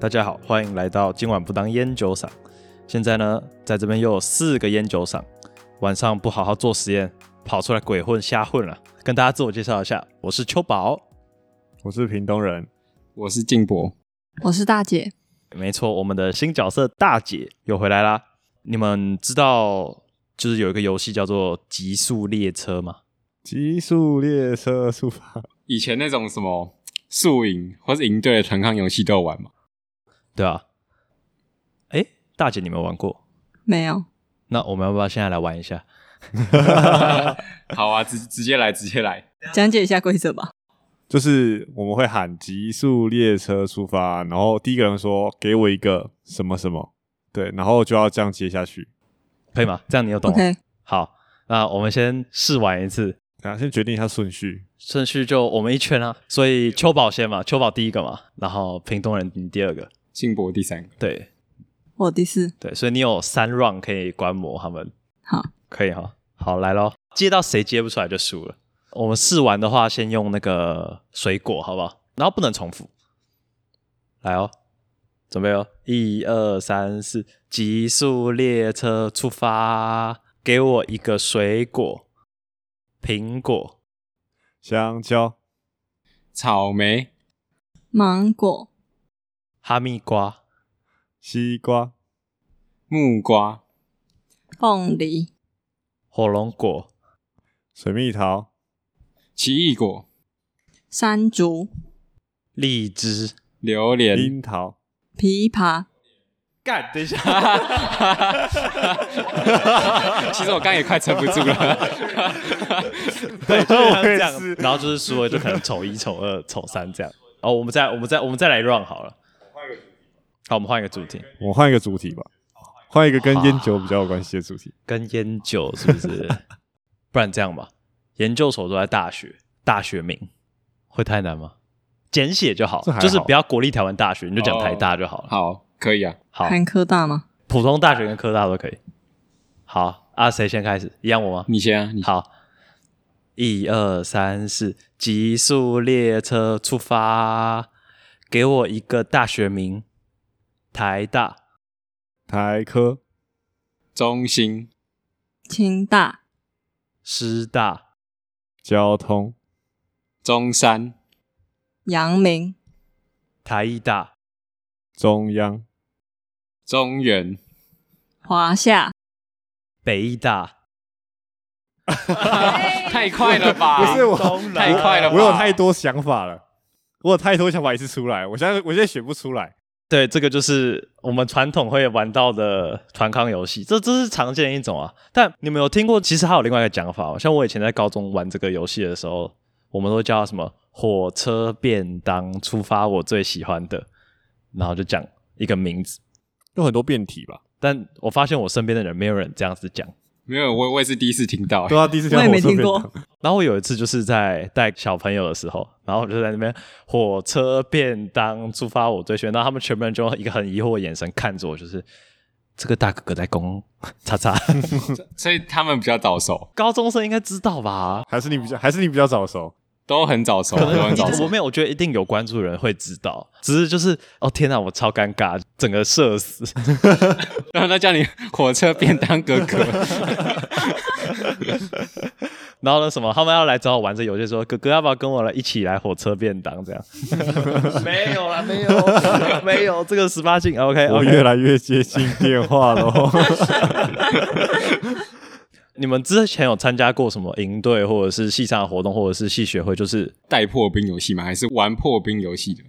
大家好，欢迎来到今晚不当烟酒嗓。现在呢，在这边又有四个烟酒嗓，晚上不好好做实验，跑出来鬼混瞎混了。跟大家自我介绍一下，我是秋宝。我是屏东人，我是静博，我是大姐，没错，我们的新角色大姐又回来啦。你们知道就是有一个游戏叫做《极速列车》吗？极速列车出发，以前那种什么宿营或是营队的团康游戏都有 玩嘛？对啊。哎，大姐，你们玩过？没有，那我们要不要现在来玩一下？好啊，直直接来，直接来。讲解一下规则吧。就是我们会喊极速列车出发，然后第一个人说给我一个什么什么，对，然后就要这样接下去。可以吗？这样你有懂吗 OK，好，那我们先试玩一次，等下先决定一下顺序，顺序就我们一圈啊。所以秋宝先嘛，秋宝第一个嘛，然后屏东人你第二个，静博第三个，对我第四，对，所以你有三 round 可以观摩他们。好，可以哈，好来咯，接到谁接不出来就输了。我们试完的话，先用那个水果好不好？然后不能重复。来哦，准备哦，一二三四，极速列车出发，给我一个水果，苹果。香蕉、草莓、芒果、哈密瓜、西瓜、木瓜、凤梨、火龙果、水蜜桃、奇异果、山竹、荔枝。榴莲。樱桃。枇杷。干，等一下， 其实我刚也快撑不住了。 对，就是像这 我也样是，然后就是输了就可能丑一、丑二、丑三这样。哦，我们再、我们再、我们再来 run 好了。好，我们换一个主题，我换一个主题吧，换一个跟烟酒比较有关系的主题。跟烟酒是不是？ 不然这样吧，研究所都在大学，大学名会太难吗？简写就好这还，好哦就是不要国立台湾大学，你就讲台大就好了。好，可以啊。好，含科大吗？普通大学跟科大都可以。好啊，谁先开始？一样我吗？你先啊，你好，一二三四，极速列车出发，给我一个大学名，台大、台科、中心、清大、师大、交通、中山、阳明、台艺大、中央、中原、华夏、北艺大。太快了吧？不是我太快了吧我有啊太多想法了，我有太多想法一次出来，我现在我现在选不出来。对，这个就是我们传统会玩到的团康游戏，这这是常见的一种啊。但你们有听过？其实还有另外一个讲法、哦，像我以前在高中玩这个游戏的时候，我们都叫它什么“火车便当”，出发我最喜欢的，然后就讲一个名字。有很多变体吧？但我发现我身边的人没有人这样子讲。没有，我我也是第一次听到、对啊，第一次我也火没车听便过当。然后我有一次就是在带小朋友的时候，然后我就在那边火车便当出发我最喜欢，然后他们全部人就用一个很疑惑的眼神看着我，就是这个大哥哥在攻叉叉。所以他们比较早熟，高中生应该知道吧？还是你比较，还是你比较早熟。都很早熟，可都能很早熟我。没有，我觉得一定有关注的人会知道，只是就是哦天哪，我超尴尬，整个社死。然 后他叫你火车便当哥哥，然后呢，什么他们要来找我玩这游戏，说哥哥要不要跟我来一起来火车便当这样？没有啦，没有， 没有，这个十八禁哎 OK 我 OK。越来越接近电话喽。你们之前有参加过什么营队，或者是系上的活动，或者是系学会？就是带破冰游戏吗？还是玩破冰游戏的？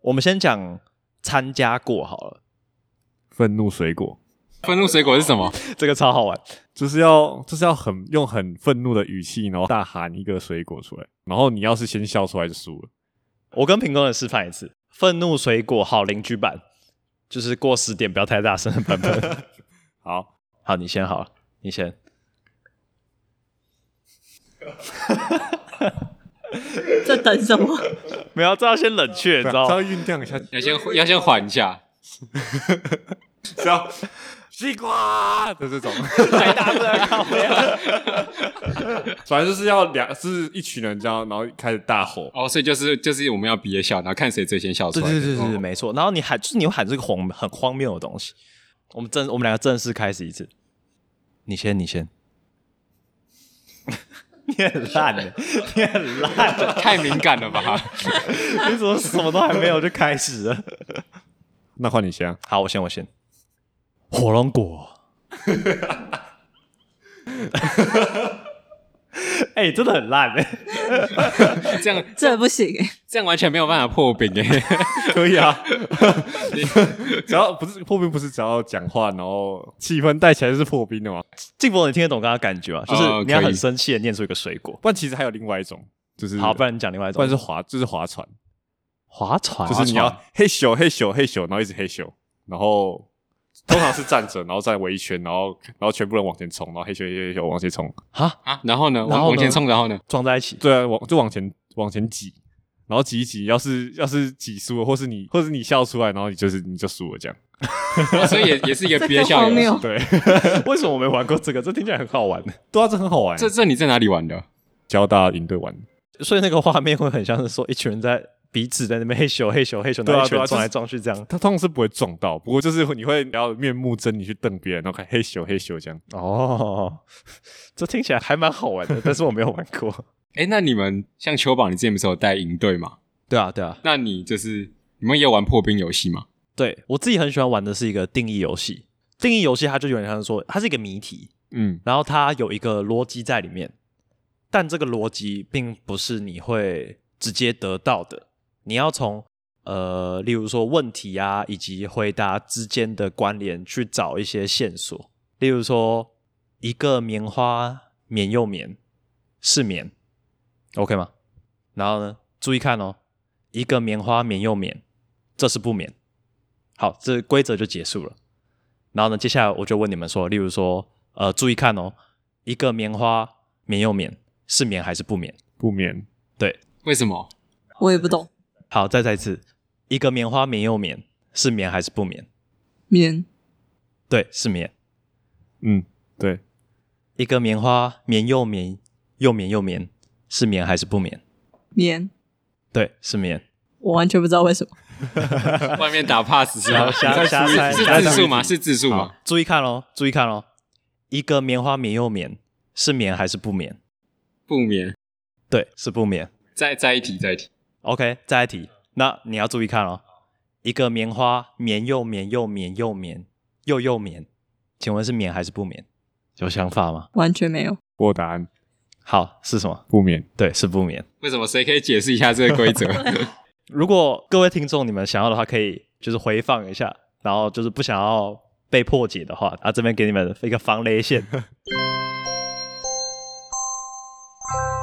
我们先讲参加过好了，愤怒水果愤怒水果是 什么？这个超好玩。就是要就是要很用很愤怒的语气，然后大喊一个水果出来，然后你要是先笑出来就输了。我跟平工人示范一次，愤怒水果好邻居版，就是过十点不要太大声的版 本。好，好，你先好了，你先。在等什么？没有，这要先冷却，你知道吗？稍微酝酿一下，要先要先缓一下，是要西瓜的啊这种，太大声了，靠背啊反正就是要两是一群人这样，然后开始大吼，哦，所以就是就是我们要憋笑，然后看谁最先笑出对来。对对对对，哦没错。然后你喊，就是你喊这个荒很荒谬的东西。我们正我们两个正式开始一次，你先，你先。 你很烂的，你很烂的， 太敏感了 吧？你怎么什么都还没有就开始了？那换你先啊，好，我先，我先。火龙果。哎、真的很烂哎、这样这不行欸，这样完全没有办法破冰哎、 可以啊， 只要不是破冰，不是只要讲话，然后气氛带起来就是破冰的嘛。静博，你听得懂刚刚感觉啊？就是哦你要可以很生气的念出一个水果。不然其实还有另外一种，就是好，不然你讲另外一不然种，是划就是划船，划船，就是你啊划要船嘿咻嘿咻嘿咻，然后一直嘿咻，然后通常是站着，然后再围一圈，然后然后全部人往前冲，然后嘿咻嘿咻嘿咻往前冲，啊啊，然后呢，然后呢往往前冲，然后呢，撞在一起。对啊，往就往前往前挤，然后挤一挤，要是要是挤输了，或是你或是你笑出来，然后你就是你就输了这样。哦所以也也是一个憋笑游这更荒戏 谬。对，为什么我没玩过这个？这听起来很好玩。对啊，这很好玩。这这你在哪里玩的？教大家赢对玩，所以那个画面会很像是说一群人在彼此在那边嘿咻嘿咻嘿咻，对啊然后一群人对啊就是撞来撞去这样。他通常是不会撞到，不过就是你会然后面目狰狞去瞪别人，然后看嘿咻嘿咻这样。哦，这听起来还蛮好玩的，但是我没有玩过。哎，那你们像秋宝，你之前不是有带营队嘛？ 对啊，对啊，那你就是你们也有玩破冰游戏吗？对我自己很喜欢玩的是一个定义游戏。定义游戏它就有点像是说，它是一个谜题，嗯，然后它有一个逻辑在里面，但这个逻辑并不是你会直接得到的，你要从呃，例如说问题啊以及回答之间的关联去找一些线索，例如说一个棉花棉又棉是棉，OK 吗？然后呢，注意看哦，一个棉花棉又棉，这是不棉。好，这规则就结束了。然后呢，接下来我就问你们说，例如说，呃，注意看哦，一个棉花棉又棉是棉还是不棉？不免对，为什么？我也不懂。好，再再一次，一个棉花棉又棉是棉还是不棉？棉对，是棉。嗯，对，一个棉花棉又棉又棉又棉是棉还是不棉？棉，对，是棉。我完全不知道为什么。外面打 pass 是吧？好瞎你在瞎猜是瞎猜字数吗？是字数吗？注意看哦，注意看哦，一个棉花棉又棉是棉还是不棉？不眠，对，是不棉。再再一题，再一题。 OK，再来一题。那你要注意看哦，一个棉花棉又棉又棉又棉又又棉，请问是棉还是不棉？有想法吗？完全没有，我有答案好，是什么？不免。对，是不棉。为什么？谁可以解释一下这个规则？如果各位听众你们想要的话，可以就是回放一下，然后就是不想要被破解的话，啊，这边给你们一个防雷 线。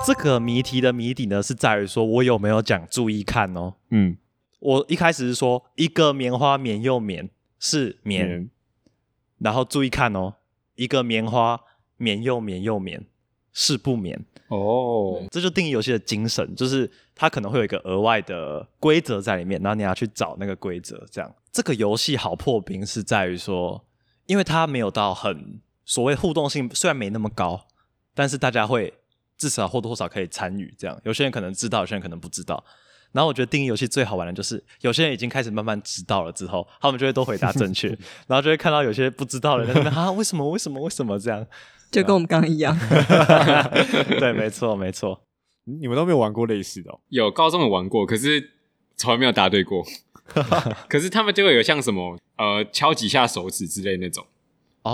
这个谜题的谜底呢，是在于说我有没有讲注意看哦。嗯，我一开始是说一个棉花棉又棉是棉，免然后注意看哦，一个棉花棉又棉又棉是不棉，哦，这就定义游戏的精神，就是它可能会有一个额外的规则在里面，然后你要去找那个规则。这样，这个游戏好破冰是在于说，因为它没有到很所谓互动性，虽然没那么高，但是大家会至少或多或少可以参与。这样，有些人可能知道，有些人可能不知道。然后我觉得定义游戏最好玩的就是，有些人已经开始慢慢知道了之后，他们就会都回答正确， 然后就会看到有些不知道的人 在那边啊，为什么为什么为什么这样？ 就跟我们刚刚一样。对，没错没错。你们都没有玩过类似的、哦，有高中有玩过，可是从来没有答对 过。可是他们就会有像什么呃敲几下手指之类那种，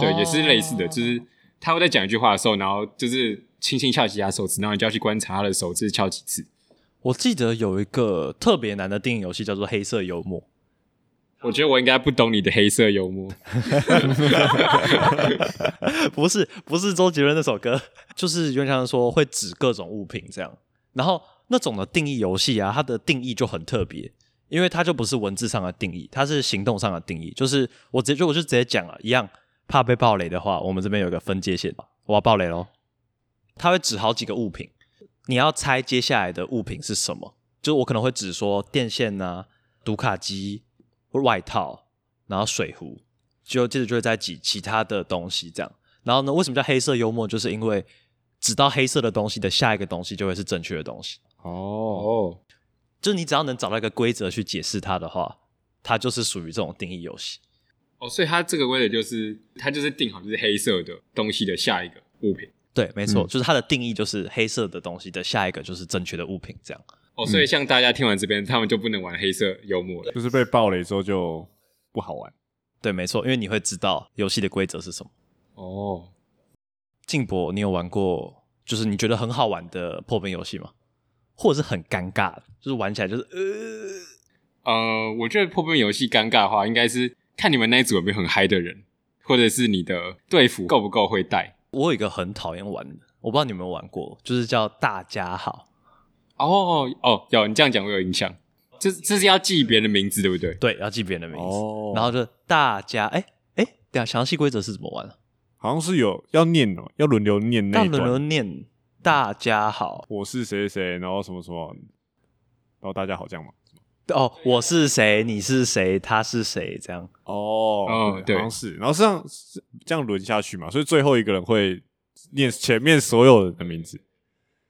对，也是类似的，就是他会在讲一句话的时候，然后就是轻轻敲几下手指，然后你就要去观察他的手指敲几次。我记得有一个特别难的电影游戏叫做《黑色幽默》，我觉得我应该不懂你的黑色幽默， 不是不是周杰伦那首歌，就是就像说会指各种物品这样。然后那种的定义游戏啊，它的定义就很特别，因为它就不是文字上的定义，它是行动上的定义。就是我直接就我就直接讲了，一样怕被暴雷的话，我们这边有一个分界线，我要暴雷喽。它会指好几个物品，你要猜接下来的物品是什么。就是我可能会啊指说电线呐、读卡机、外套，然后水壶，就接着就会再挤其他的东西这样。然后呢，为什么叫黑色幽默？就是因为只到黑色的东西的下一个东西就会是正确的东西。哦，就是你只要能找到一个规则去解释它的话，它就是属于这种定义游戏。哦，所以它这个规则就是它就是定好就是黑色的东西的下一个物品。对，没错，嗯就是它的定义就是黑色的东西的下一个就是正确的物品这样。哦，所以像大家听完这边，他们就不能玩黑色幽默了。就是被暴雷之后就不好玩。对，没错，因为你会知道游戏的规则是什么。哦，静博，你有玩过就是你觉得很好玩的破冰游戏吗？或者是很尴尬的，就是玩起来就是呃，呃，我觉得破冰游戏尴尬的话，应该是看你们那一组有没有很嗨的人，或者是你的队服够不够会带。我有一个很讨厌玩的，我不知道你们有没有玩过，就是叫大家好。哦哦，有你这样讲，我有印象。这这是要记别人的名字，对不对？对，要记别人的名字，哦然后就大家哎哎，等一下详细规则是怎么玩啊？好像是有要念哦，要轮流念那要一段。轮流念大家好我是谁谁谁，然后什么什么，然后大家好这样嘛。哦，我是谁，你是谁，他是谁，这样哦对好像是，然后是这样是这样轮下去嘛，所以最后一个人会念前面所有人的名字。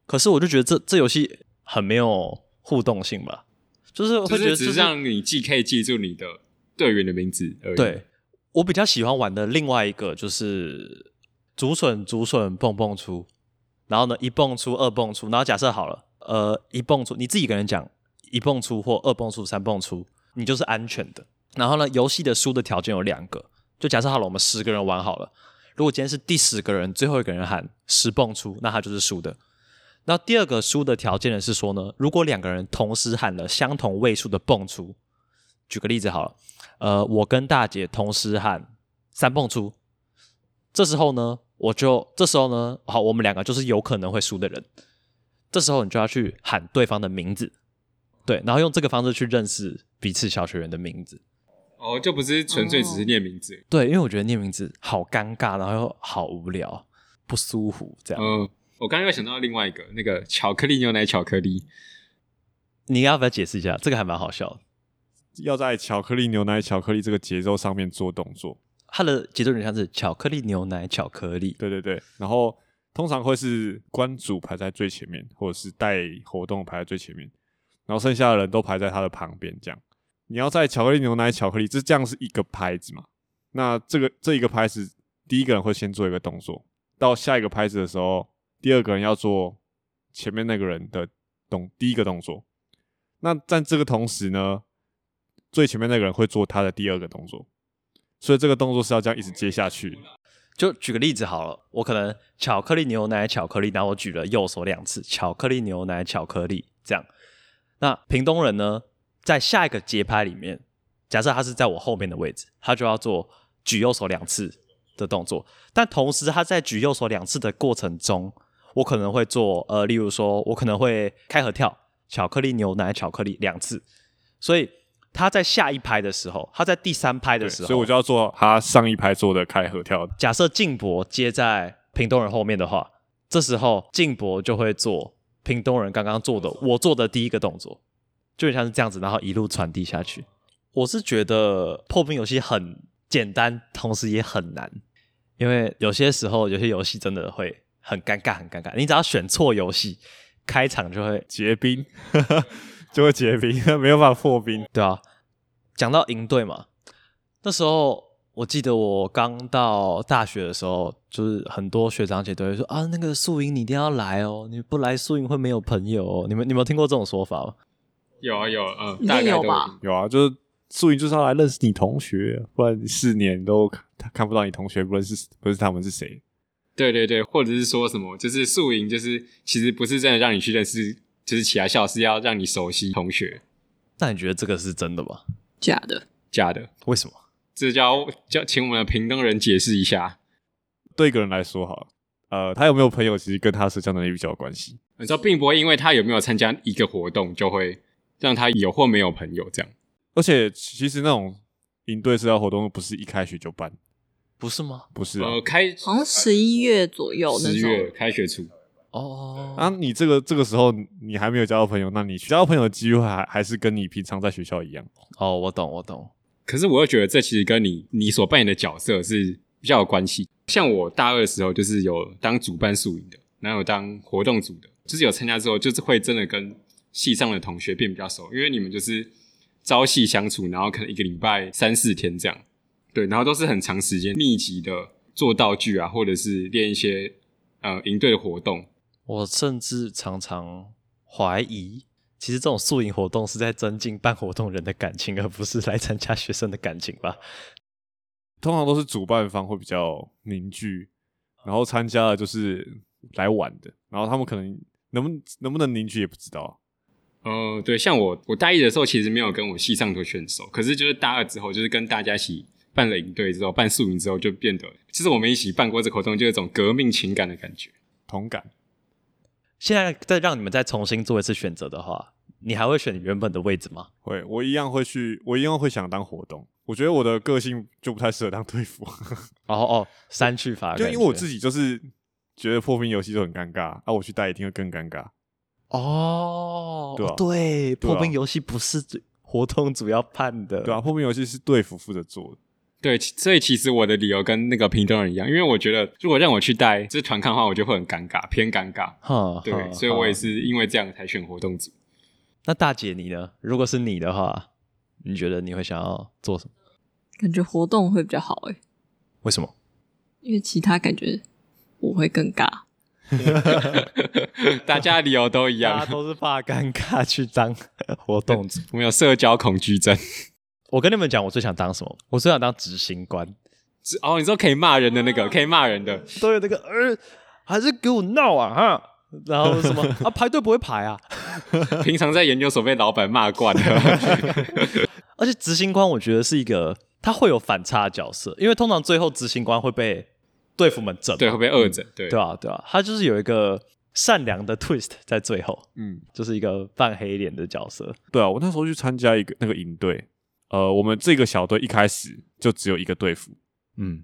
可是我就觉得这这游戏很没有互动性吧，就是就会觉得、是只是让你记可以记住你的队员的名字而已。，对我比较喜欢玩的另外一个就是竹笋竹笋蹦蹦出，然后呢一蹦出二蹦出，然后假设好了，呃一蹦出你自己一个人讲一蹦出或二蹦出三蹦出，你就是安全的。然后呢，游戏的输的条件有两个，就假设好了，我们十个人玩好了，如果今天是第十个人，最后一个人喊十蹦出，那他就是输的。那第二个输的条件呢是说呢，如果两个人同时喊了相同位数的蹦出，举个例子好了，呃，我跟大姐同时喊三蹦出，这时候呢，我就这时候呢，好，我们两个就是有可能会输的人，这时候你就要去喊对方的名字，对，然后用这个方式去认识彼此小学员的名字。哦，就不是纯粹只是念名字。对，因为我觉得念名字好尴尬，然后又好无聊，不舒服。这样，嗯，我刚刚又想到另外一个，那个巧克力牛奶巧克力。你要不要解释一下？这个还蛮好笑的。要在巧克力牛奶巧克力这个节奏上面做动作，它的节奏有点像是巧克力牛奶巧克力，对对对，然后通常会是关主排在最前面，或者是带活动排在最前面，然后剩下的人都排在他的旁边。这样，你要在巧克力牛奶巧克力，这这样是一个拍子嘛？那这个这一个拍子，第一个人会先做一个动作，到下一个拍子的时候，第二个人要做前面那个人的动第一个动作。那在这个同时呢，最前面那个人会做他的第二个动作，所以这个动作是要这样一直接下去。就举个例子好了，我可能巧克力牛奶巧克力，然后我举了右手两次，巧克力牛奶巧克力这样。那屏东人呢，在下一个节拍里面，假设他是在我后面的位置，他就要做举右手两次的动作，但同时他在举右手两次的过程中，我可能会做呃，例如说我可能会开合跳，巧克力牛奶巧克力两次，所以他在下一拍的时候，他在第三拍的对，时候，所以我就要做他上一排做的开合跳。假设静博接在屏东人后面的话，这时候静博就会做屏东人刚刚做的我做的第一个动作，就很像是这样子，然后一路传递下去。我是觉得破冰游戏很简单，同时也很难，因为有些时候有些游戏真的会很尴尬，很尴尬。你只要选错游戏，开场就会结冰， 就会结冰， 没有办法破冰。对啊，讲到营队嘛，那时候我记得我刚到大学的时候，就是很多学长姐都会说啊，那个宿营你一定要来哦，你不来宿营会没有朋友哦。你们你们有听过这种说法吗？有啊有啊，嗯，一大定概有都吧？有啊，就是素云就是要来认识你同学，不然你四年都看看不到你同学，不认识不是他们是谁。对对对，或者是说什么，就是宿营，就是其实不是真的让你去认识，就是其他校是要让你熟悉同学，那你觉得这个是真的吗？假的，假的。为什么？这叫叫，请我们的屏东人解释一下。对一个人来说，好了，呃，他有没有朋友，其实跟他社交能力比较有关系。你知道，并不会因为他有没有参加一个活动，就会让他有或没有朋友这样。而且其实那种营队社交活动不是一开学就办，不是吗？不是啊。呃，开好像十一月左右那十月种，开学初，哦，啊，你这个这个时候你还没有交到朋友，那你交到朋友的机会还还是跟你平常在学校一样。哦，我懂，我懂。可是我又觉得这其实跟你你所扮演的角色是比较有关系。像我大二的时候，就是有当主办宿营的，然后有当活动组的，就是有参加之后，就是会真的跟系上的同学变比较熟，因为你们就是朝夕相处，然后可能一个礼拜三四天这样，对，然后都是很长时间密集的做道具啊，或者是练一些呃营队的活动，我甚至常常怀疑，其实这种宿营活动是在增进办活动人的感情，而不是来参加学生的感情吧？通常都是主办方会比较凝聚，哦然后参加的就是来玩的，然后他们可能能不能不能凝聚也不知道。哦，对，像我，我大一的时候其实没有跟我系上同学很熟，可是就是大二之后，就是跟大家一起办了营队之后，办宿营之后，就变得，其实我们一起办过这个活动，就有一种革命情感的感觉。同感，现在再让你们再重新做一次选择的话，你还会选你原本的位置吗？会，我一样会去，我一样会想当活动。我觉得我的个性就不太适合当队服，哦哦，删去法的就感觉，因为我自己就是觉得破冰游戏就很尴尬，啊，我去带一定会更尴尬。哦，对啊对，对啊破冰游戏不是活动主要办的，对啊，破冰游戏是队服负责做的，对，其所以其实我的理由跟那个屏东人一样，因为我觉得如果让我去带这团看的话，我就会很尴尬，偏尴尬。哼，对，哼所以我也。哼是因为这样才选 活动组。那大姐你呢？如果是你的话，你觉得你会想要做什么？感觉活动会比较好诶、为什么？因为其他感觉我会更尬。大家的理由都一大家样，都是怕尴尬去当活动组。我们有社交恐惧症。我跟你们讲，我最想当什么？我最想当执行官。只哦，你说可以骂人的那啊个，可以骂人的，都有那个呃，还是给我闹啊哈。然后什么啊？排队不会排啊！平常在研究所被老板骂惯了。 而且执行官我觉得是一个他会有反差的角色，因为通常最后执行官会被队服们整嘛，对，会被饿着。对，对啊对啊，他就是有一个善良的 twist 在最后，嗯，就是一个扮黑脸的角色。对啊，我那时候去参加一个那个营队，呃，我们这个小队一开始就只有一个队服，嗯，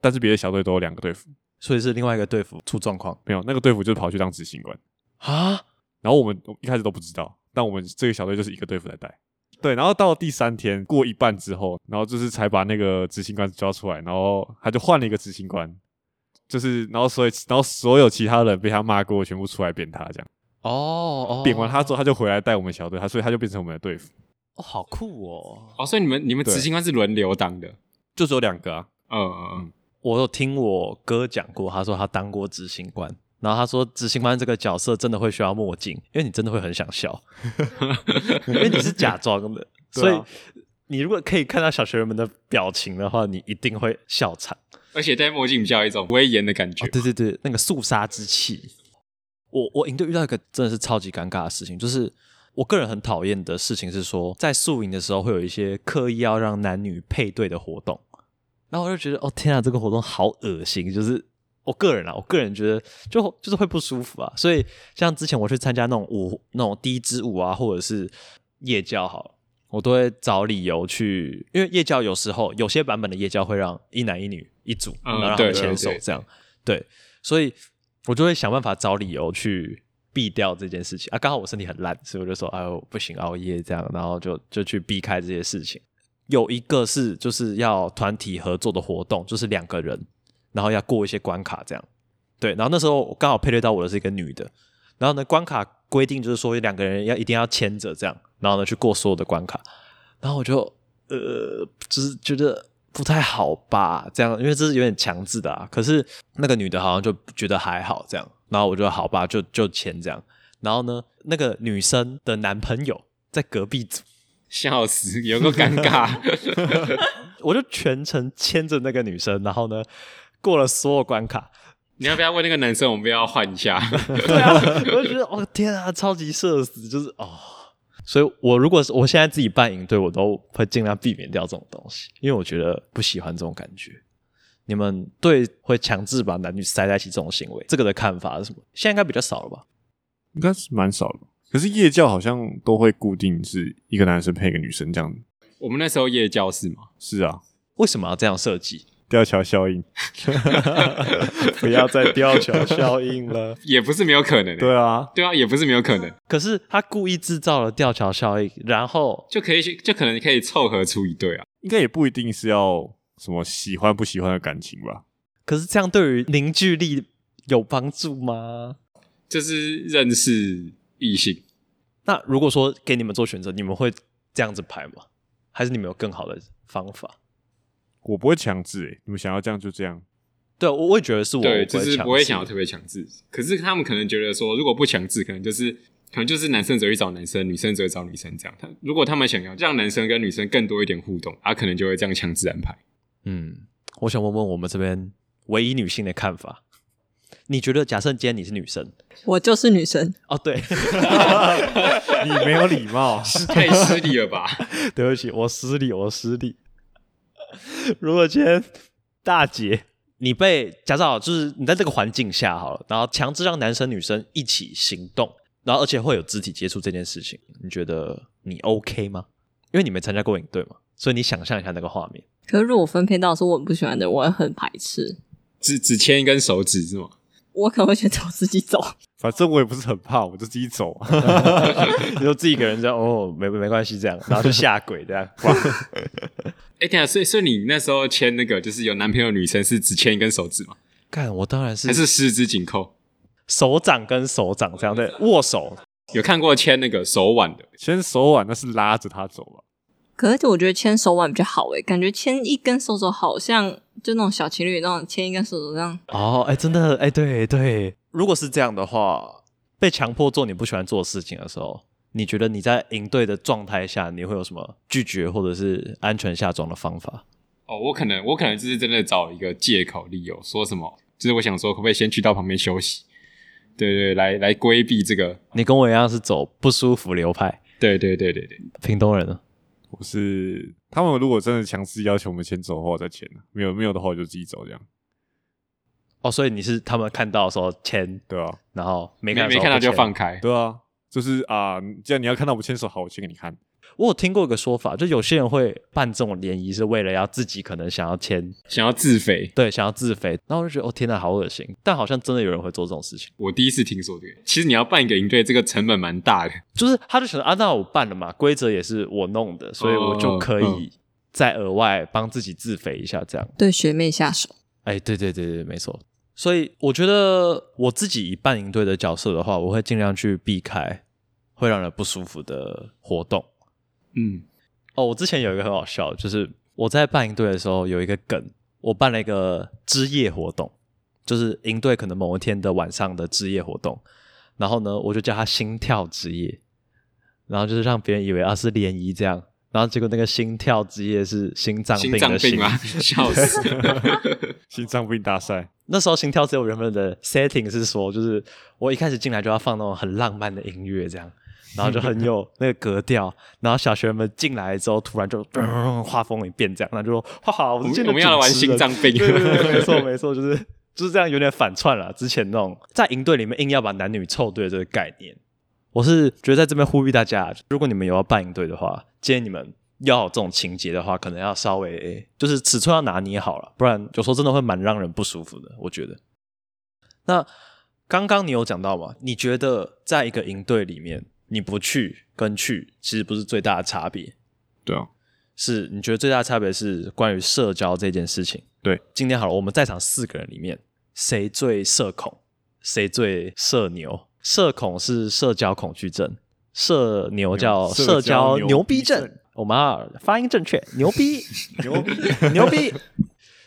但是别的小队都有两个队服，所以是另外一个队服出状况没有那个队服就是跑去当执行官，啊！然后我们我一开始都不知道，但我们这个小队就是一个队服在带。对，然后到第三天过一半之后，然后就是才把那个执行官抓出来，然后他就换了一个执行官，就是然后所以然后所有其他人被他骂过，全部出来扁他这样，哦哦，扁完他之后他就回来带我们小队，他所以他就变成我们的队服，哦，好酷哦！哦，所以你们你们对执行官是轮流当的。就只有两个啊，嗯嗯我有听我哥讲过，他说他当过执行官，然后他说执行官这个角色真的会需要墨镜，因为你真的会很想 笑，因为你是假装 的，所对以啊你如果可以看到小学员们的表情的话，你一定会笑场。嗯，而且戴墨镜比较有一种威严的感觉。哦、对对对，那个肃杀之气。我我营队遇到一个真的是超级尴尬的事情，就是我个人很讨厌的事情是说，在宿营的时候会有一些刻意要让男女配对的活动，然后我就觉得哦天啊，这个活动好恶心，就是我个人啊，我个人觉得就就是会不舒服啊。所以像之前我去参加那种舞那种第一支舞啊，或者是夜教好了我都会找理由去，因为夜教有时候有些版本的夜教会让一男一女一组，嗯然后让他对们牵手对对这样，对，所以我就会想办法找理由去避掉这件事情啊。刚好我身体很烂，所以我就说，哎呦不行，熬夜这样，然后就就去避开这些事情。有一个是就是要团体合作的活动，就是两个人，然后要过一些关卡这样，对，然后那时候刚好配对到我的是一个女的，然后呢，关卡规定就是说两个人要一定要牵着这样，然后呢去过所有的关卡。然后我就呃，就是觉得不太好吧，这样，因为这是有点强制的啊。可是那个女的好像就觉得还好这样，然后我就好吧，就就签这样。然后呢，那个女生的男朋友在隔壁组，笑死，有个尴尬。我就全程牵着那个女生，然后呢过了所有关卡，你要不要问那个男生，我们不要换一下？对啊， 我就觉得哦天啊，超级社死，就是哦。所以，我如果是我现在自己办营队，我都会尽量避免掉这种东西，因为我觉得不喜欢这种感觉。你们对会强制把男女塞在一起这种行为，这个的看法是什么？现在应该比较少了吧？应该是蛮少的。可是夜教好像都会固定是一个男生配一个女生这样，我们那时候夜教是吗？是啊， 为什么要这样设计？吊桥效应，不要再吊桥效应了。也不是没有可能、欸。对啊，对啊，也不是没有可能， 可是他故意制造了吊桥效应，然后就可以去就可能可以凑合出一对啊。应该也不一定是要什么喜欢不喜欢的感情吧。可是这样对于凝聚力有帮助吗？这是认识异性，那如果说给你们做选择，你们会这样子排吗？还是你们有更好的方法？我不会强制、欸，你们想要这样就这样。对，啊我我也觉得是我对，就是不不会想要特别强制。可是他们可能觉得说，如果不强制，可能就是可能就是男生只会找男生，女生只会找女生这样。他如果他们想要让男生跟女生更多一点互动，啊，可能就会这样强制安排。嗯，我想问问我们这边唯一女性的看法。你觉得，假设今天你是女生，我就是女生，哦，对， 你没有礼貌，太失礼了吧？对不起，我失礼，我失礼。 如果今天大姐你被假设好，就是你在这个环境下好了，然后强制让男生女生一起行动，然后而且会有肢体接触这件事情，你觉得你 OK 吗？因为你没参加过营队嘛，所以你想象一下那个画面。 可是如果分配到是我很不喜欢的，我会很排斥，只只牵一根手指是吗？我可能会选择我自己走。反正我也不是很怕，我就自己走。啊 你说自己一个人这样，哦，没没关系，这样，然后就下鬼这样。哎、等一下，所以所以你那时候牵那个就是有男朋友的女生是只牵一根手指吗？ 干，我当然是还是十指紧扣？手掌跟手掌这样在握手，有看过牵那个手腕的？牵手腕那是拉着他走吧，可是我觉得牵手腕比较好诶、欸感觉牵一根手指好像就那种小情侣那种牵一根手指这样，哦，哎、真的，哎、对对，如果是这样的话，被强迫做你不喜欢做的事情的时候，你觉得你在应对的状态下，你会有什么拒绝或者是安全下装的方法？哦，我可能我可能就是真的找一个借口理由，说什么就是我想说，可不可以先去到旁边休息？对对，来来规避这个。你跟我一样是走不舒服流派，对对对对对，屏东人啊我是他们如果真的强制要求我们先走的话，我再牵啊没有没有的话，我就自己走这样，哦，所以你是他们看到的时候签，对啊，然后没没看没看到到就放。开。对啊，就是啊，既然你要看到我们牵手，好，我牵给你看。我有听过一个说法，就有些人会办这种联谊是为了要自己可能想要签，想要自肥，对，想要自肥，然后我就觉得哦天哪，好恶心，但好像真的有人会做这种事情。我第一次听说这个。其实你要办一个营队，这个成本蛮大的。就是他就想说啊，那我办了嘛，规则也是我弄的，所以我就可嗯以再额外帮自己自肥一下，这样。对学妹下手。哎，对对对对，没错。所以我觉得我自己以办营队的角色的话，我会尽量去避开会让人不舒服的活动。嗯，哦，我之前有一个很好笑，就是我在办营队的时候有一个梗，我办了一个之夜活动，就是营队可能某一天的晚上的之夜活动，然后呢，我就叫他心跳之夜，然后就是让别人以为啊是联谊这样，然后结果那个心跳之夜是心脏病心脏的病心。 吗？笑死！ 心脏病大赛，那时候心跳之夜我原本的 setting 是说，就是我一开始进来就要放那种很浪漫的音乐这样。然后就很有那个格调， 然后小学们进来之后，突然就、呃、画风一变，这样，那就说哇，好，我我是们进我们要来玩心脏病。对对对，没错没错，就是就是这样，有点反串了。之前那种在营队里面硬要把男女凑对的这个概念，我是觉得在这边呼吁大家，如果你们有要办营队的话，建议你们要有这种情节的话，可能要稍微就是尺寸要拿捏好了，不然有时候真的会蛮让人不舒服的。我觉得。那刚刚你有讲到嘛？你觉得在一个营队里面，你不去跟去其实不是最大的差别，对啊，是你觉得最大的差别是关于社交这件事情。对，今天好了，我们在场四个人里面，谁最社恐，谁最社牛？社恐是社交恐惧症，社牛叫社社交交牛牛逼逼症症。我们要发音正确，牛 逼，牛逼，牛逼。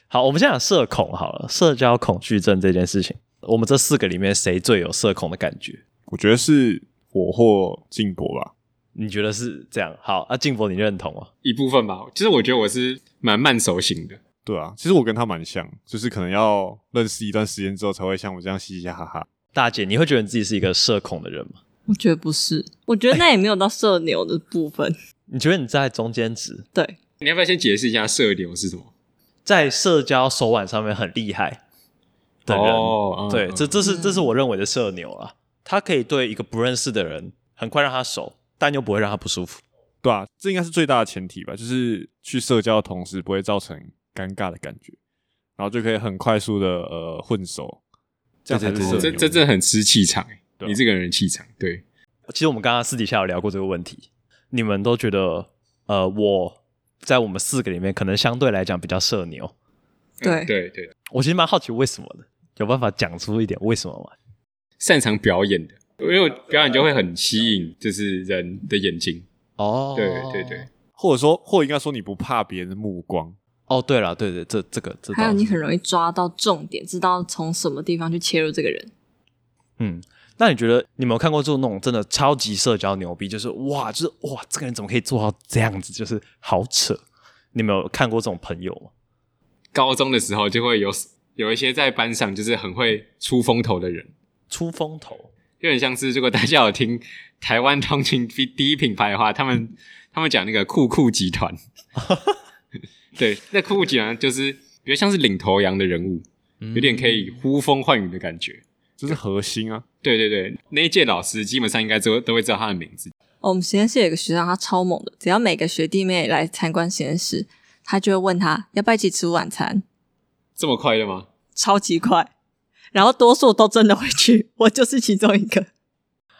好，我们先讲社恐好了，社交恐惧症这件事情，我们这四个里面谁最有社恐的感觉？我觉得是我或静博吧，你觉得是这样？好，啊，静博你认同吗？一部分吧，就是我觉得我是蛮慢熟型的。对啊，其实我跟他蛮像，就是可能要认识一段时间之后，才会像我这样嘻嘻哈哈。大姐，你会觉得你自己是一个社恐的人吗？我觉得不是，我觉得那也没有到社牛的部分。你觉得你在中间值，对，你要不要先解释一下社牛是什么？在社交手腕上面很厉害的人，哦，嗯对，嗯这这是这是我认为的社牛啊。他可以对一个不认识的人很快让他熟，但又不会让他不舒服。对啊，这应该是最大的前提吧，就是去社交的同时不会造成尴尬的感觉，然后就可以很快速的呃混熟，这样才是对对社对牛。这这真的很吃气场、欸，对啊你这个人的气场，对，其实我们刚刚私底下有聊过这个问题，你们都觉得呃，我在我们四个里面，可能相对来讲比较社牛。对嗯对对，我其实蛮好奇为什么的，有办法讲出一点为什么吗？擅长表演的，因为我表演就会很吸引，就是人的眼睛。哦对对对，或者说，或应该说你不怕别人的目光，哦，对了，对对，这这个这倒是，还有你很容易抓到重点，知道从什么地方去切入这个人。嗯，那你觉得你有没有看过做那种真的超级社交牛逼，就是哇，就是哇，这个人怎么可以做到这样子，就是好扯。你有没有看过这种朋友吗？高中的时候就会有有一些在班上就是很会出风头的人，出风头，有点像是如果大家有听台湾通勤 第第一品牌的话，他们他们讲那个酷酷集团， 对，那酷酷集团就是比较像是领头羊的人物，嗯有点可以呼风唤雨的感觉。这是核心啊。对对对，那一届老师基本上应该都都会知道他的名字。哦我们实验室有一个学长，他超猛的，只要每个学弟妹来参观实验室，他就会问他要不要一起吃晚餐，这么快的吗？超级快。然后多数都真的会去， 我就是其中一个。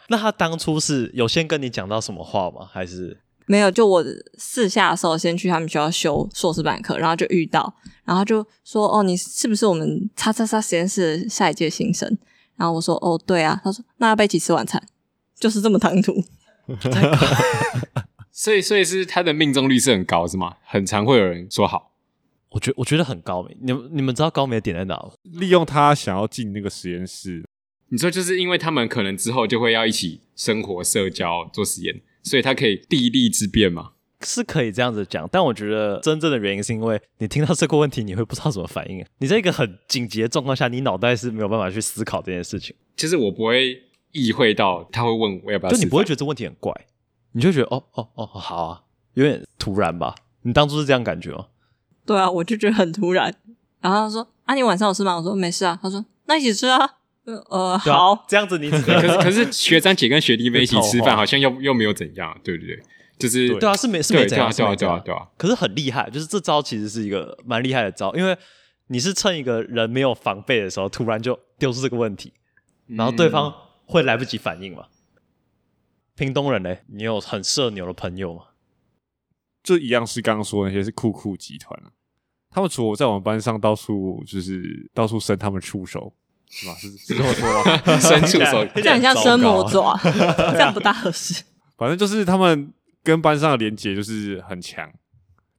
那他当初是有先跟你讲到什么话吗？还是没有，就我四下的时候先去他们学校修硕士班课，然后就遇到，然后就说：“哦，你是不是我们叉叉叉实验室的下一届新生？”然后我说：“哦，对啊。”他说：“那要不要一起吃晚餐？”就是这么唐突。所以所以是他的命中率是很高是吗？很常会有人说好。我觉我觉得很高明。你们你们知道高明的点在哪吗？利用他想要进那个实验室，你说就是因为他们可能之后就会要一起生活、社交、做实验，所以他可以地利之变嘛？是可以这样子讲，但我觉得真正的原因是因为你听到这个问题，你会不知道怎么反应。啊你在一个很紧急的状况下，你脑袋是没有办法去思考这件事情，就是我不会意会到他会问我要不要就吃饭，你不会觉得这问题很怪，你就觉得哦哦哦好啊，有点突然吧？你当初是这样感觉吗？对啊，我就觉得很突然。然后他说：“啊，你晚上有事吗？”我说：“没事啊。”他说：“那一起吃啊。呃”呃，对啊好。，这样子你只对。 可能是可是学长姐跟学弟妹一起吃套话饭，好像又又没有怎样，对不对？就是对啊，是没是对没怎对啊样，对啊是没对怎啊样对啊，可是很厉害，就是这招其实是一个蛮厉害的招，因为你是趁一个人没有防备的时候，突然就丢出这个问题，嗯然后对方会来不及反应嘛。屏东人嘞，你有很社牛的朋友吗？就一样是刚刚说的那些是酷酷集团啊。他们除了在我们班上到处就是到处伸他们触手，是吧？是是 这么 说吗？伸出手，这很像生魔啊 爪，这样不大合适。反正就是他们跟班上的连接就是很强，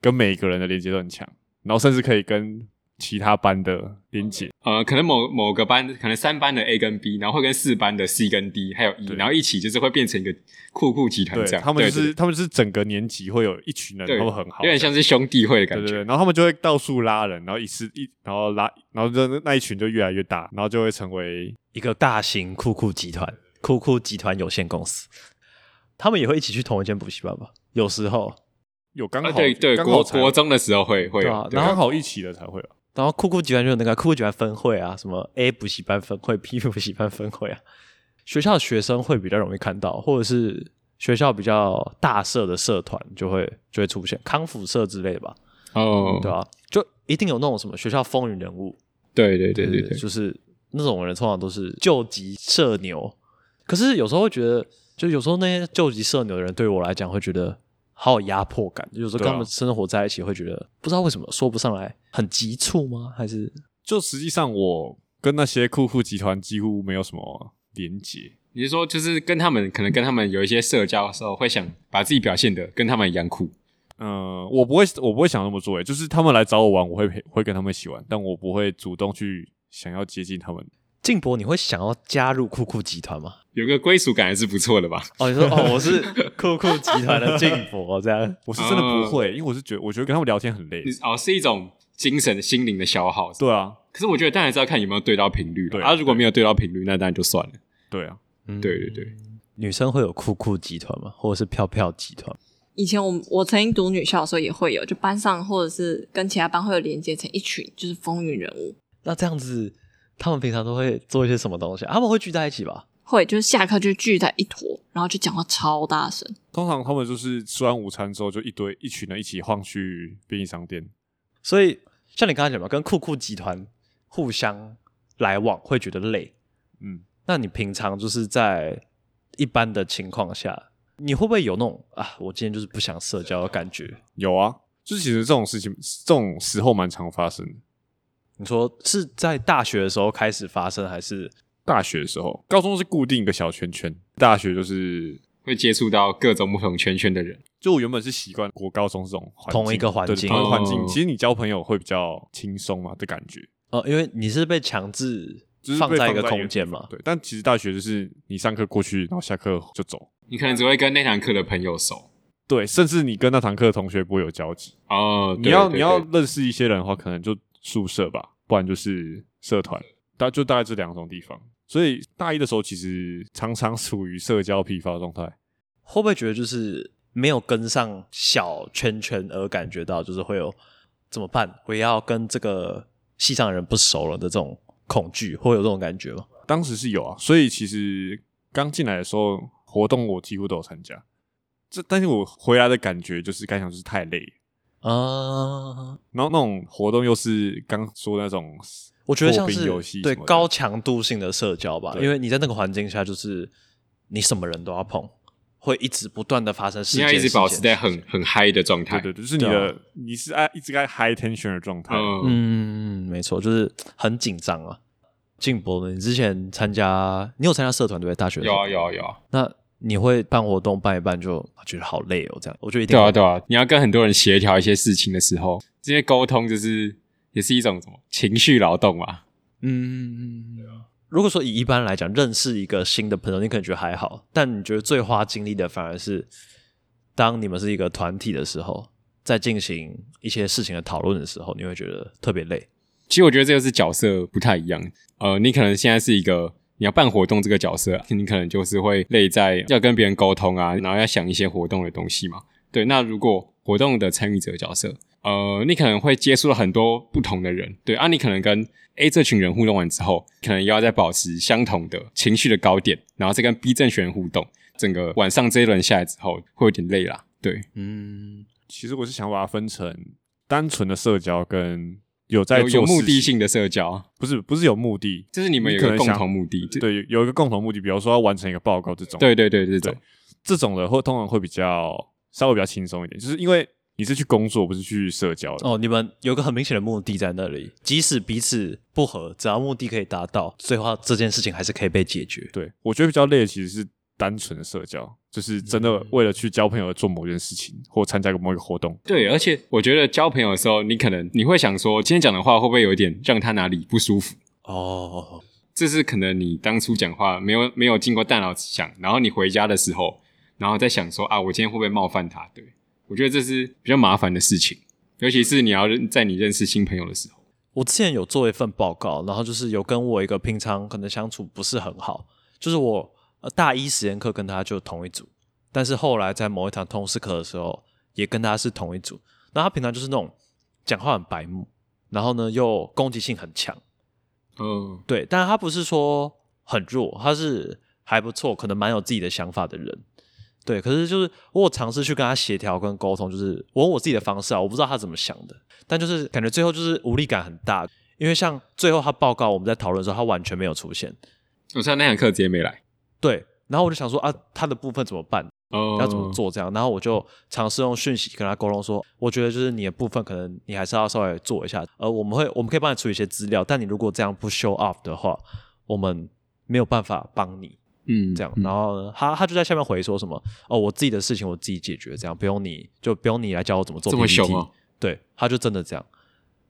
跟每个人的连接都很强，然后甚至可以跟其他班的连接。呃，可能某某个班，可能三班的 A 跟 B，然后会跟四班的 C 跟 D，还有 E，对然后一起就是会变成一个酷酷集团对这样。他们就对是他们就是整个年级会有一群人，对，他对们很好，有点像是兄弟会的对感对觉。对，然后他们就会到处拉人，然后一次一，然后拉，然后就那一群就越来越大，然后就会成为一个大型酷酷集团，酷酷集团有限公司，他们也会一起去同一间补习班吧？有时候，有刚好、啊，对对，刚国好才国中的时候会会对有，啊对刚好一起的才会有。然后酷酷集团就有那个酷酷集团分会啊，什么 A 补习班分会、B 补习班分会啊，学校的学生会比较容易看到，或者是学校比较大社的社团就会就会出现康复社之类的吧，哦，对啊，就一定有那种什么学校风云人物，嗯对对对对对，就是那种人通常都是救急社牛，可是有时候会觉得，就有时候那些救急社牛的人对我来讲会觉得好有压迫感，有时候跟对啊他们生活在一起会觉得不知道为什么说不上来，很急促吗？还是就实际上我跟那些酷酷集团几乎没有什么连接，你是说就是跟他们可能跟他们有一些社交的时候，会想把自己表现的跟他们一样酷，嗯、我不会，我不会想那么做、欸，就是他们来找我玩，我会陪，会跟他们一起玩，但我不会主动去想要接近他们。静博，你会想要加入酷酷集 团吗？有个归属感还是不错的吧？哦，你说哦，我是酷酷集团的静博这样。我是真的不会，因为我是觉得，我觉得跟他们聊天很累。哦，是一种精神心灵的消耗。对啊，可是我觉得当然是要看有没有对到频率了对啊，如果没有对到频率，那当然就算了。对啊，嗯对对对，女生会有酷酷集团吗？或者是飘飘集团？以前我我曾经读女校的时候也会有，就班上或者是跟其他班会有连接成一群，就是风云人物，那这样子，他们平常都会做一些什么东西？啊他们会聚在一起吧？会就是下课就聚在一坨，然后就讲话超大声，通常他们就是吃完午餐之后，就一堆一群人一起晃去便利商店。所以像你刚才讲嘛，跟酷酷集团互相来往会觉得累。嗯，那你平常就是在一般的情况下，你会不会有那种啊，我今天就是不想社交的感觉？有啊，就是其实这种事情，这种时候蛮常发生的。你说是在大学的时候开始发生，还是大学的时候，高中是固定一个小圈圈，大学就是会接触到各种不同圈圈的人。就我原本是习惯国高中这种环境同一个环对境同一个环哦境，其实你交朋友会比较轻松嘛的感觉，哦？因为你是被强制就是被放在在一个地空间方嘛？对，但其实大学就是你上课过去，然后下课就走，你可能只会跟那堂课的朋友熟对，甚至你跟那堂课的同学不会有交集。哦。你对要对你要对认识一些人的话，可能就宿舍吧，不然就是社团，大就大概这两种地方。所以大一的时候，其实常常处于社交疲乏状态。会不会觉得就是没有跟上小圈圈而感觉到就是会有怎么办？我要跟这个系上的人不熟了的这种恐惧，会有这种感觉吗？当时是有啊，所以其实刚进来的时候，活动我几乎都有参加。这但是我回来的感觉就是，感想就是太累了，啊，然后那种活动又是刚说那种，我觉得像破冰是游戏对什么的高强度性的社交吧，对因为你在那个环境下，就是你什么人都要碰，会一直不断的发生事你件，要一直保持在事件很很嗨的状态。对对对，就是你对的、啊你是爱一直在 high tension 的状态。嗯，嗯，没错，就是很紧张啊。静博呢？你之前参加，你有参加社团对不对？大学的时有候啊有啊有啊，那你会办活动办一办就啊觉得好累哦，这样我就一定对啊会对啊，你要跟很多人协调一些事情的时候，这些沟通就是也是一种什么情绪劳动嘛。嗯。如果说以一般来讲，认识一个新的朋友，你可能觉得还好，但你觉得最花精力的反而是当你们是一个团体的时候，在进行一些事情的讨论的时候，你会觉得特别累。其实我觉得这就是角色不太一样。呃，你可能现在是一个你要办活动这个角色，你可能就是会累在要跟别人沟通啊，然后要想一些活动的东西嘛。对，那如果活动的参与者角色，呃，你可能会接触了很多不同的人，对啊，你可能跟 A 这群人互动完之后，可能又要再保持相同的情绪的高点，然后再跟 B 这群人互动，整个晚上这一轮下来之后，会有点累啦。对，嗯，其实我是想把它分成单纯的社交跟有在有做有目事的性的社交，不是不是有目的，就是你们有一可个能共想同目的。就对，有有一个共同目的，比如说要完成一个报告这种，对对对，这种对这种的会通常会比较稍微比较轻松一点，就是因为你是去工作，不是去社交的。哦，你们有个很明显的目的在那里，即使彼此不合，只要目的可以达到，最后这件事情还是可以被解决。对，我觉得比较累的其实是单纯的社交，就是真的嗯为了去交朋友而做某件事情或参加个某一个活动。对，而且我觉得交朋友的时候，你可能你会想说，今天讲的话会不会有一点让他哪里不舒服？哦，这是可能你当初讲话没有没有经过大脑想，然后你回家的时候，然后再想说啊，我今天会不会冒犯他？对我觉得这是比较麻烦的事情，尤其是你要认在你认识新朋友的时候，我之前有做一份报告，然后就是有跟我一个平常可能相处不是很好，就是我呃大一实验课跟他就同一组，但是后来在某一堂通识课的时候也跟他是同一组。那他平常就是那种讲话很白目，然后呢又攻击性很强，嗯，对，但他不是说很弱，他是还不错，可能蛮有自己的想法的人。对，可是就是我有尝试去跟他协调跟沟通，就是我用我自己的方式啊，我不知道他怎么想的，但就是感觉最后就是无力感很大，因为像最后他报告我们在讨论的时候，他完全没有出现。我上那堂课直接没来，对，然后我就想说啊，他的部分怎么办？哦，要怎么？做这样？然后我就尝试用讯息跟他沟通说，我觉得就是你的部分可能你还是要稍微做一下，呃，我们会我们可以帮你处理一些资料，但你如果这样不 show up 的话，我们没有办法帮你嗯，这样。嗯然后呢他他就在下面回说什么哦，我自己的事情我自己解决，这样不用你就不用你来教我怎么做这么 PPT 凶哦对，他就真的这样，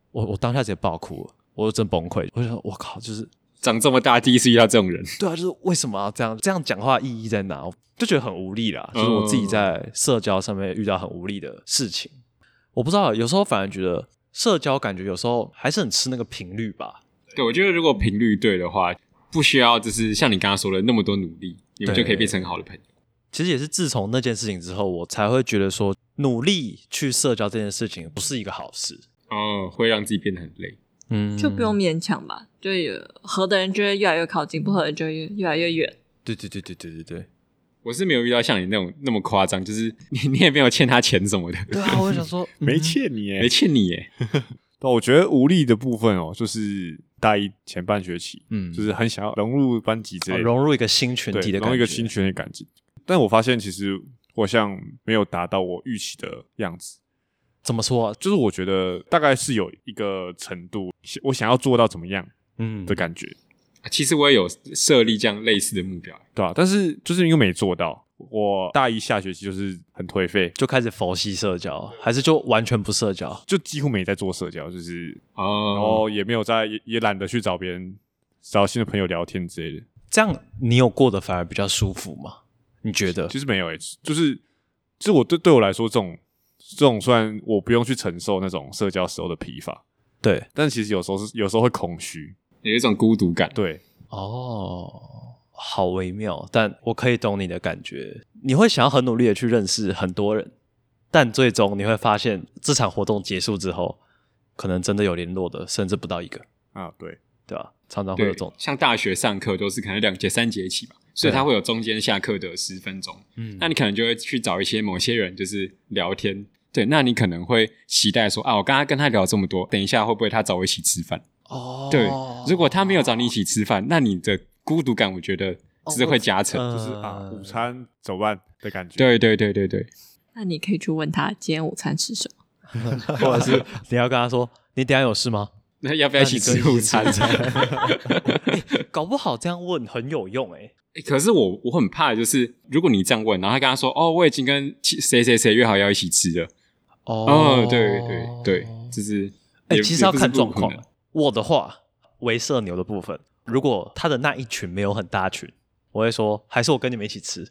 我我当下直接爆哭了，我就真崩溃，我就说我靠，就是长这么大第一次遇到这种人，对啊，就是为什么要这样这样讲话意义在哪？我就觉得很无力啦，就是我自己嗯在社交上面遇到很无力的事情。我不知道，有时候反而觉得社交感觉有时候还是很吃那个频率吧。对我觉得如果频率对的话，不需要就是像你刚刚说的那么多努力，你们对就可以变成很好的朋友。其实也是自从那件事情之后，我才会觉得说努力去社交这件事情不是一个好事。哦，会让自己变得很累。嗯，就不用勉强吧，就有合的人就会越来越靠近，不合的人就会越越来越远。对。对对对对对对对。我是没有遇到像你那种那么夸张，就是你你也没有欠他钱什么 的，对啊，我就想说没欠你耶没欠你耶。但我觉得无力的部分哦，就是大一前半学期，嗯就是很想要融入班级之哦类的，融入一个新群对体的融感入觉，一个新群体的感觉。但我发现其实我像没有达到我预期的样子，怎么说啊？就是我觉得大概是有一个程度，我想要做到怎么样嗯的，感觉，啊其实我也有设立这样类似的目标，欸对吧、但是就是因为没做到，我大一下学期就是很颓废，就开始佛系社交，还是就完全不社交？就几乎没在做社交，就是然哦，后也没有在，也也懒得去找别人找新的朋友聊天之类的，这样你有过得反而比较舒服吗？你觉得？其实没有诶、就是就是我对对我来说，这种这种虽然我不用去承受那种社交时候的疲乏，对，但其实有时候是有时候会空虚，有一种孤独感。对，哦，好微妙，但我可以懂你的感觉。你会想要很努力的去认识很多人，但最终你会发现，这场活动结束之后，可能真的有联络的，甚至不到一个，啊，对，对吧？常常会有对这种，，像大学上课都是可能两节、三节一起吧，所以对啊它会有中间下课的十分钟。嗯那你可能就会去找一些某些人，就是聊天。对，那你可能会期待说啊，我刚刚跟他聊这么多，等一下会不会他找我一起吃饭？哦，对，如果他没有找你一起吃饭，那你的孤独感，我觉得是会加成。哦就是啊，午餐怎么办的感觉，嗯对对对对对，那你可以去问他今天午餐吃什么。或者是你要跟他说，你等一下有事 吗？那要不要一起吃午 餐？欸搞不好这样问很有用哎、 欸可是我我很怕，就是如果你这样问，然后他跟他说哦，我已经跟其谁谁谁约好要一起吃了。哦，对对对，就是哎、也其实要也不是看状不可况能。我的话，为社牛的部分，如果他的那一群没有很大群，我会说还是我跟你们一起吃，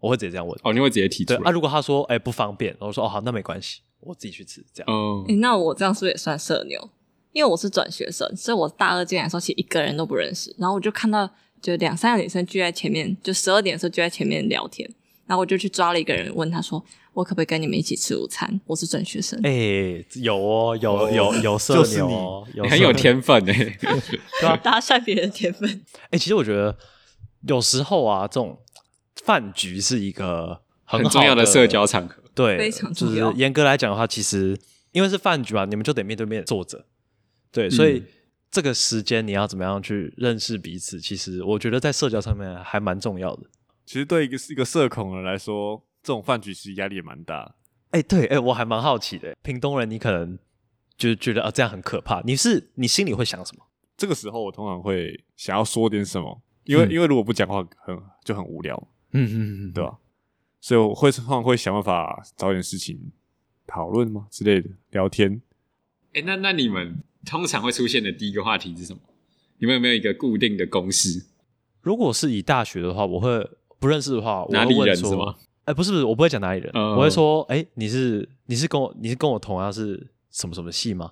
我会直接这样问。哦，你会直接提出对来。啊，如果他说哎、不方便，我说哦好，那没关系，我自己去吃这样。哦诶那我这样是不是也算社牛？因为我是转学生，所以我大二进来的时候其实一个人都不认识。然后我就看到就两三个女生聚在前面，就十二点的时候聚在前面聊天。然后我就去抓了一个人，问他说：“我可不可以跟你们一起吃午餐？我是转学生。哎、有哦，有有 有社就是牛、哦，你社很有牛 天分哎，搭讪别人的天分，哎、其实我觉得有时候啊，这种饭局是一个很很好重要的社交场合。对，非常就重是要严格来讲的话，其实因为是饭局嘛，你们就得面对面坐着，对，所以嗯这个时间你要怎么样去认识彼此，其实我觉得在社交上面还蛮重要的。其实对一个一个社恐人来说，这种饭局其实压力也蛮大的。哎、对，哎、我还蛮好奇的，屏东人你可能就觉得啊这样很可怕，你是你心里会想什么？这个时候我通常会想要说点什么，因为、嗯因为如果不讲话很就很无聊，嗯嗯嗯，对吧、所以我会通常会想办法找点事情讨论嘛之类的，聊天。哎，那那你们通常会出现的第一个话题是什么？你们有没有一个固定的公式？如果是以大学的话，我会不认识的话，我哪会里问人说是吗？哎、不是不是，我不会讲哪里人，嗯我会说，哎、你是你是跟我你是跟我同样是什么什么系吗？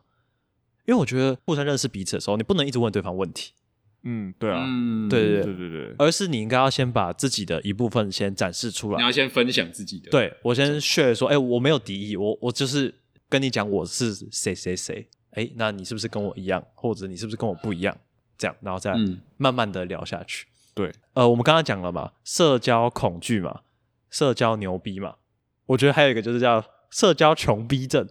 因为我觉得互相认识彼此的时候，你不能一直问对方问题，嗯，对啊，嗯，对对对对，而是你应该要先把自己的一部分先展示出你来。要先分享自己的。对我先 share 说，哎、我没有敌意，我我就是跟你讲我是谁谁谁，哎、那你是不是跟我一样，或者你是不是跟我不一样？这样，然后再嗯慢慢的聊下去。对，呃，我们刚刚讲了嘛，社交恐惧嘛，社交牛逼嘛，我觉得还有一个就是叫社交穷逼症，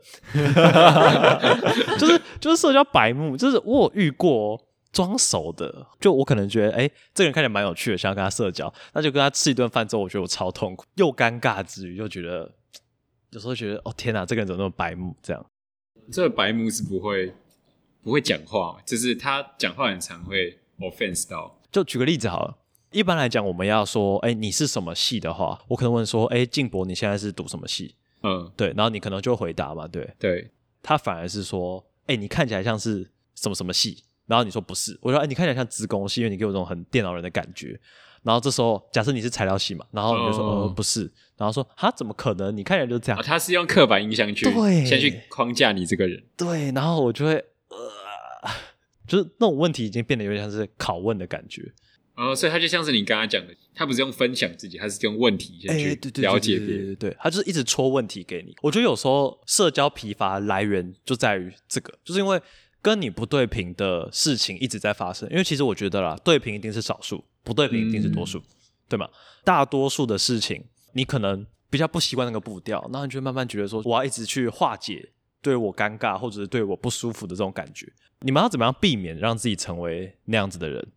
就是就是社交白目，就是我有遇过、哦、装熟的，就我可能觉得哎、诶这个人看起来蛮有趣的，想要跟他社交，那就跟他吃一顿饭之后，我觉得我超痛苦，又尴尬之余又觉得有时候觉得哦天哪，这个人怎么那么白目这样？这个白目是不会不会讲话，就是他讲话很常会 offense 到。就举个例子好了。一般来讲，我们要说，哎、你是什么系的话，我可能问说，哎、静博，你现在是读什么系？嗯，对，然后你可能就回答嘛，对，对，他反而是说，哎、你看起来像是什么什么系，然后你说不是，我说，哎、你看起来像职工系，因为你给我这种很电脑人的感觉。然后这时候，假设你是材料系嘛，然后你就说，哦呃，不是，然后说，哈，怎么可能？你看起来就这样啊，，他是用刻板印象去对先去框架你这个人。对，然后我就会，呃，就是那种问题已经变得有点像是拷问的感觉，哦，所以他就像是你刚刚讲的，他不是用分享自己，他是用问题先哎，去对对，了对解对别对人。对对，他就是一直戳问题给你。我觉得有时候社交疲乏来源就在于这个，就是因为跟你不对频的事情一直在发生。因为其实我觉得啦，对频一定是少数，不对频一定是嗯多数，对吗？大多数的事情，你可能比较不习惯那个步调，然后你就会慢慢觉得说，我要一直去化解对我尴尬或者是对我不舒服的这种感觉。你们要怎么样避免让自己成为那样子的人？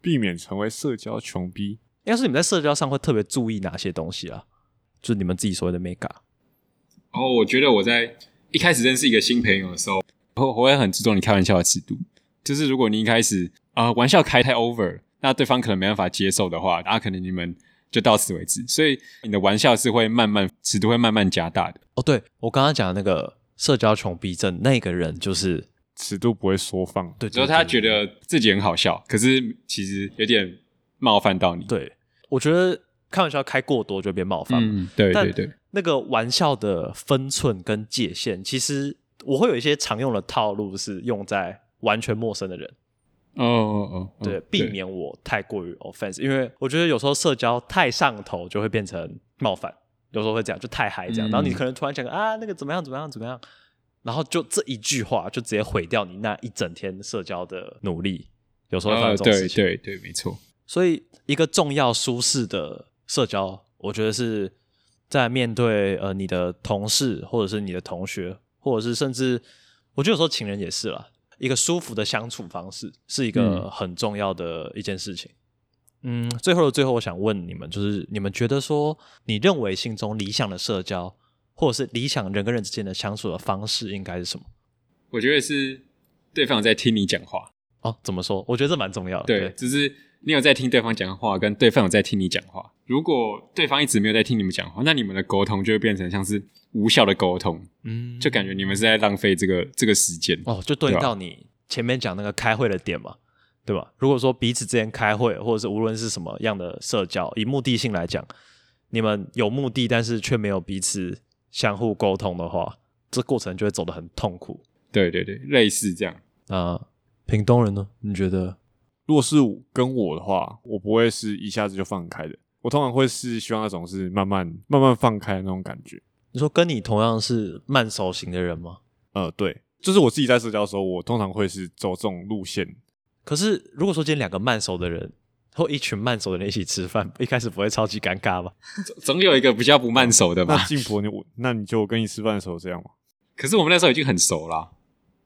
避免成为社交穷逼。应该是你们在社交上会特别注意哪些东西啊？就是你们自己所谓的 mega。然后我觉得我在一开始认识一个新朋友的时候，我我会很注重你开玩笑的尺度。就是如果你一开始啊、呃玩笑开太 over，了那对方可能没办法接受的话，那、可能你们就到此为止。所以你的玩笑是会慢慢尺度会慢慢加大的。哦，对我刚刚讲的那个社交穷逼症，那个人就是尺度不会缩放。对，只对是他对觉得自己很好笑，可是其实有点冒犯到你。，对，我觉得开玩笑开过多就会变冒犯嘛。嗯，对但对对，那个玩笑的分寸跟界限，其实我会有一些常用的套路是用在完全陌生的人，哦哦哦，对，避免我太过于 offense，因为我觉得有时候社交太上头就会变成冒犯，有时候会这样，就太嗨这样，嗯然后你可能突然讲个啊那个怎么样怎么样怎么样，然后就这一句话就直接毁掉你那一整天社交的努力，有时候会发呃，生这种事对情。对对，没错。所以，一个重要舒适的社交，我觉得是在面对呃你的同事，或者是你的同学，或者是甚至我觉得有时候情人也是啦，一个舒服的相处方式是一个嗯很重要的一件事情。嗯，最后的最后，我想问你们，就是你们觉得说，你认为心中理想的社交，或者是理想人跟人之间的相处的方式应该是什么？我觉得是对方有在听你讲话，哦，怎么说？我觉得这蛮重要的。对，就是你有在听对方讲话，跟对方有在听你讲话。如果对方一直没有在听你们讲话，那你们的沟通就会变成像是无效的沟通，嗯就感觉你们是在浪费这个这个时间。哦，就对应对啊到你前面讲那个开会的点嘛，对吧？如果说彼此之间开会，或者是无论是什么样的社交，以目的性来讲，你们有目的，但是却没有彼此相互沟通的话，这过程就会走得很痛苦。对对对，类似这样。那、屏东人呢？你觉得？如果是跟我的话，我不会是一下子就放开的，我通常会是希望那种是慢慢慢慢放开的那种感觉。你说跟你同样是慢手型的人吗？呃，对，就是我自己在社交的时候，我通常会是走这种路线。可是如果说今天两个慢手的人或一群慢手的人一起吃饭，一开始不会超级尴尬吧？总总有一个比较不慢熟的那嗯吧？静博你，我那你就我跟你吃饭的时候这样嘛？可是我们那时候已经很熟啦、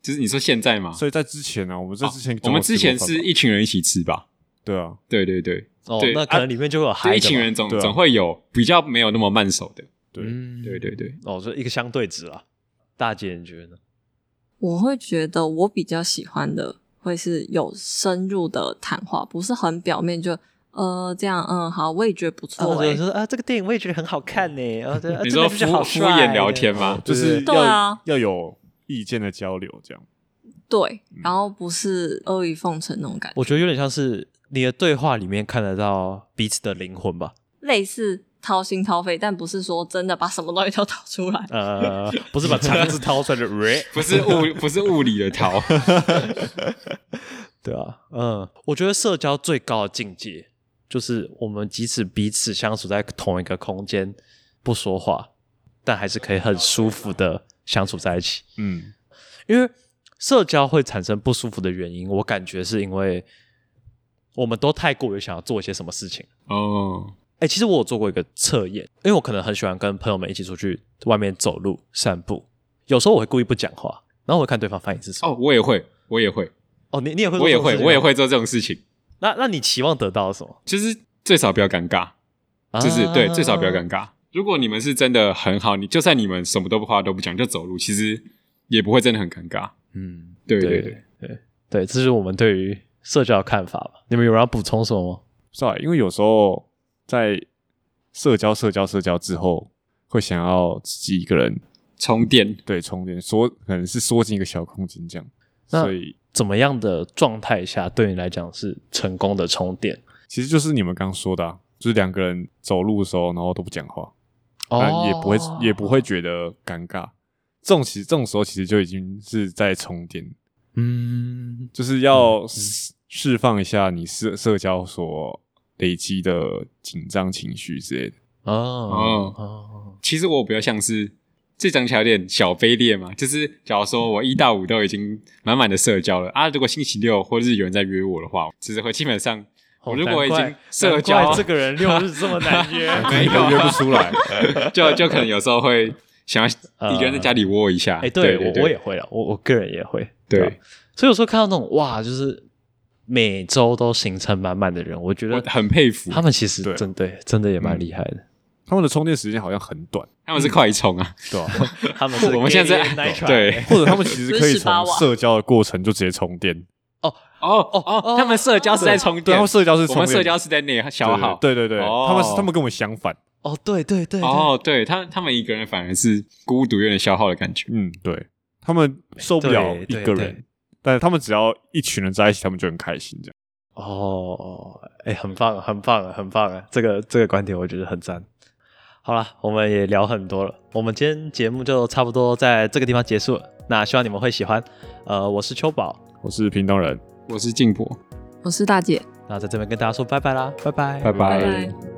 就是你说现在吗？所以在之前呢、啊，我们在之前、哦我们之前是，一群人一起吃吧？对啊，对对对，哦对，那可能里面就会有嗨对的一群嘛人总对啊总会有比较没有那么慢熟的。对，嗯对对对，哦，就一个相对值啦。大姐，你觉得呢？我会觉得我比较喜欢的会是有深入的谈话，不是很表面就呃这样，嗯，好，我也觉得不错、哦，欸，对，说啊，这个电影我也觉得很好看呢。啊，对，啊你这说个就是敷好敷帅衍聊天 吗？就是要对啊要有意见的交流，这样对，然后不是阿谀奉承那种感觉，我觉得有点像是你的对话里面看得到彼此的灵魂吧。类似掏心掏肺，但不是说真的把什么东西都掏出来。 呃，不是把肠子掏出 来的，呃不是物不是物理的逃，对啊，嗯，我觉得社交最高的境界就是我们即使彼此相处在同一个空间，不说话，但还是可以很舒服的相处在一起。 嗯，因为社交会产生不舒服的原因，我感觉是因为我们都太过于想要做一些什么事情。哦，哎、其实我有做过一个测验，因为我可能很喜欢跟朋友们一起出去外面走路、散步，有时候我会故意不讲话，然后我会看对方反应是什么。哦，我也会，我也会，哦，你你也会，我也会，我也。会做这种事情，那那你期望得到什么？啊就是最少不要尴尬，就是对，最少不要尬。尴尬。如果你们是真的很好，你就算你们什么都不话都不讲就走路，其实也不会真的很尴尬。嗯，对对对对，对对，这是我们对于社交的看法吧？你们有人要补充什么吗？不知道欸，因为有时候在社交、社交、社交之后，会想要自己一个人充电，对充电，缩可能是缩进一个小空间这样，那所以怎么样的状态下对你来讲是成功的充电？其实就是你们刚刚说的、啊，就是两个人走路的时候，然后都不讲话，但也不会哦哦也不会觉得尴尬。这种其实这种时候其实就已经是在充电，嗯，就是要释释放一下你社社交所累积的紧张情绪之类的。嗯哦哦，其实我比较像是这张起来有点小卑劣嘛，就是假如说我一到五都已经满满的社交了啊，如果星期六或是有人在约我的话，其实会基本上我如果已经社交这个人六日这么难 约，没有啊约不出来，就 就可能有时候会想要一个人在家里窝一下。哎，对对对我对我也会了，我我个人也会，啊对，所以有时候看到那种哇，就是每周都行程满满的人，我觉我得很佩服他。们其实对真对真的也蛮嗯厉害的。他们的充电时间好像很短，他们是快充啊，对吧、他们是我们现在 gay night 对 ride 或者他们其实可以不是18从瓦社交的过程就直接充电，哦哦哦，他们社交是在充对，电他们，社交是我充们电，社交是在内消耗。对对对，对哦他们是他们跟我们相反，哦，对对对，对哦，对他他们一个人反而是孤独，有点消耗的感觉。嗯，对，他们受不了对一对个对人，但是他们只要一群人在一起，他们就很开心，这样。哦，哎、很棒，很棒，很棒啊！这个这个观点我觉得很赞。好了，我们也聊很多了，我们今天节目就差不多在这个地方结束了。那希望你们会喜欢。呃，我是秋宝，我是屏东人，我是静博，我是大姐，那在这边跟大家说拜拜啦，拜拜，拜拜拜。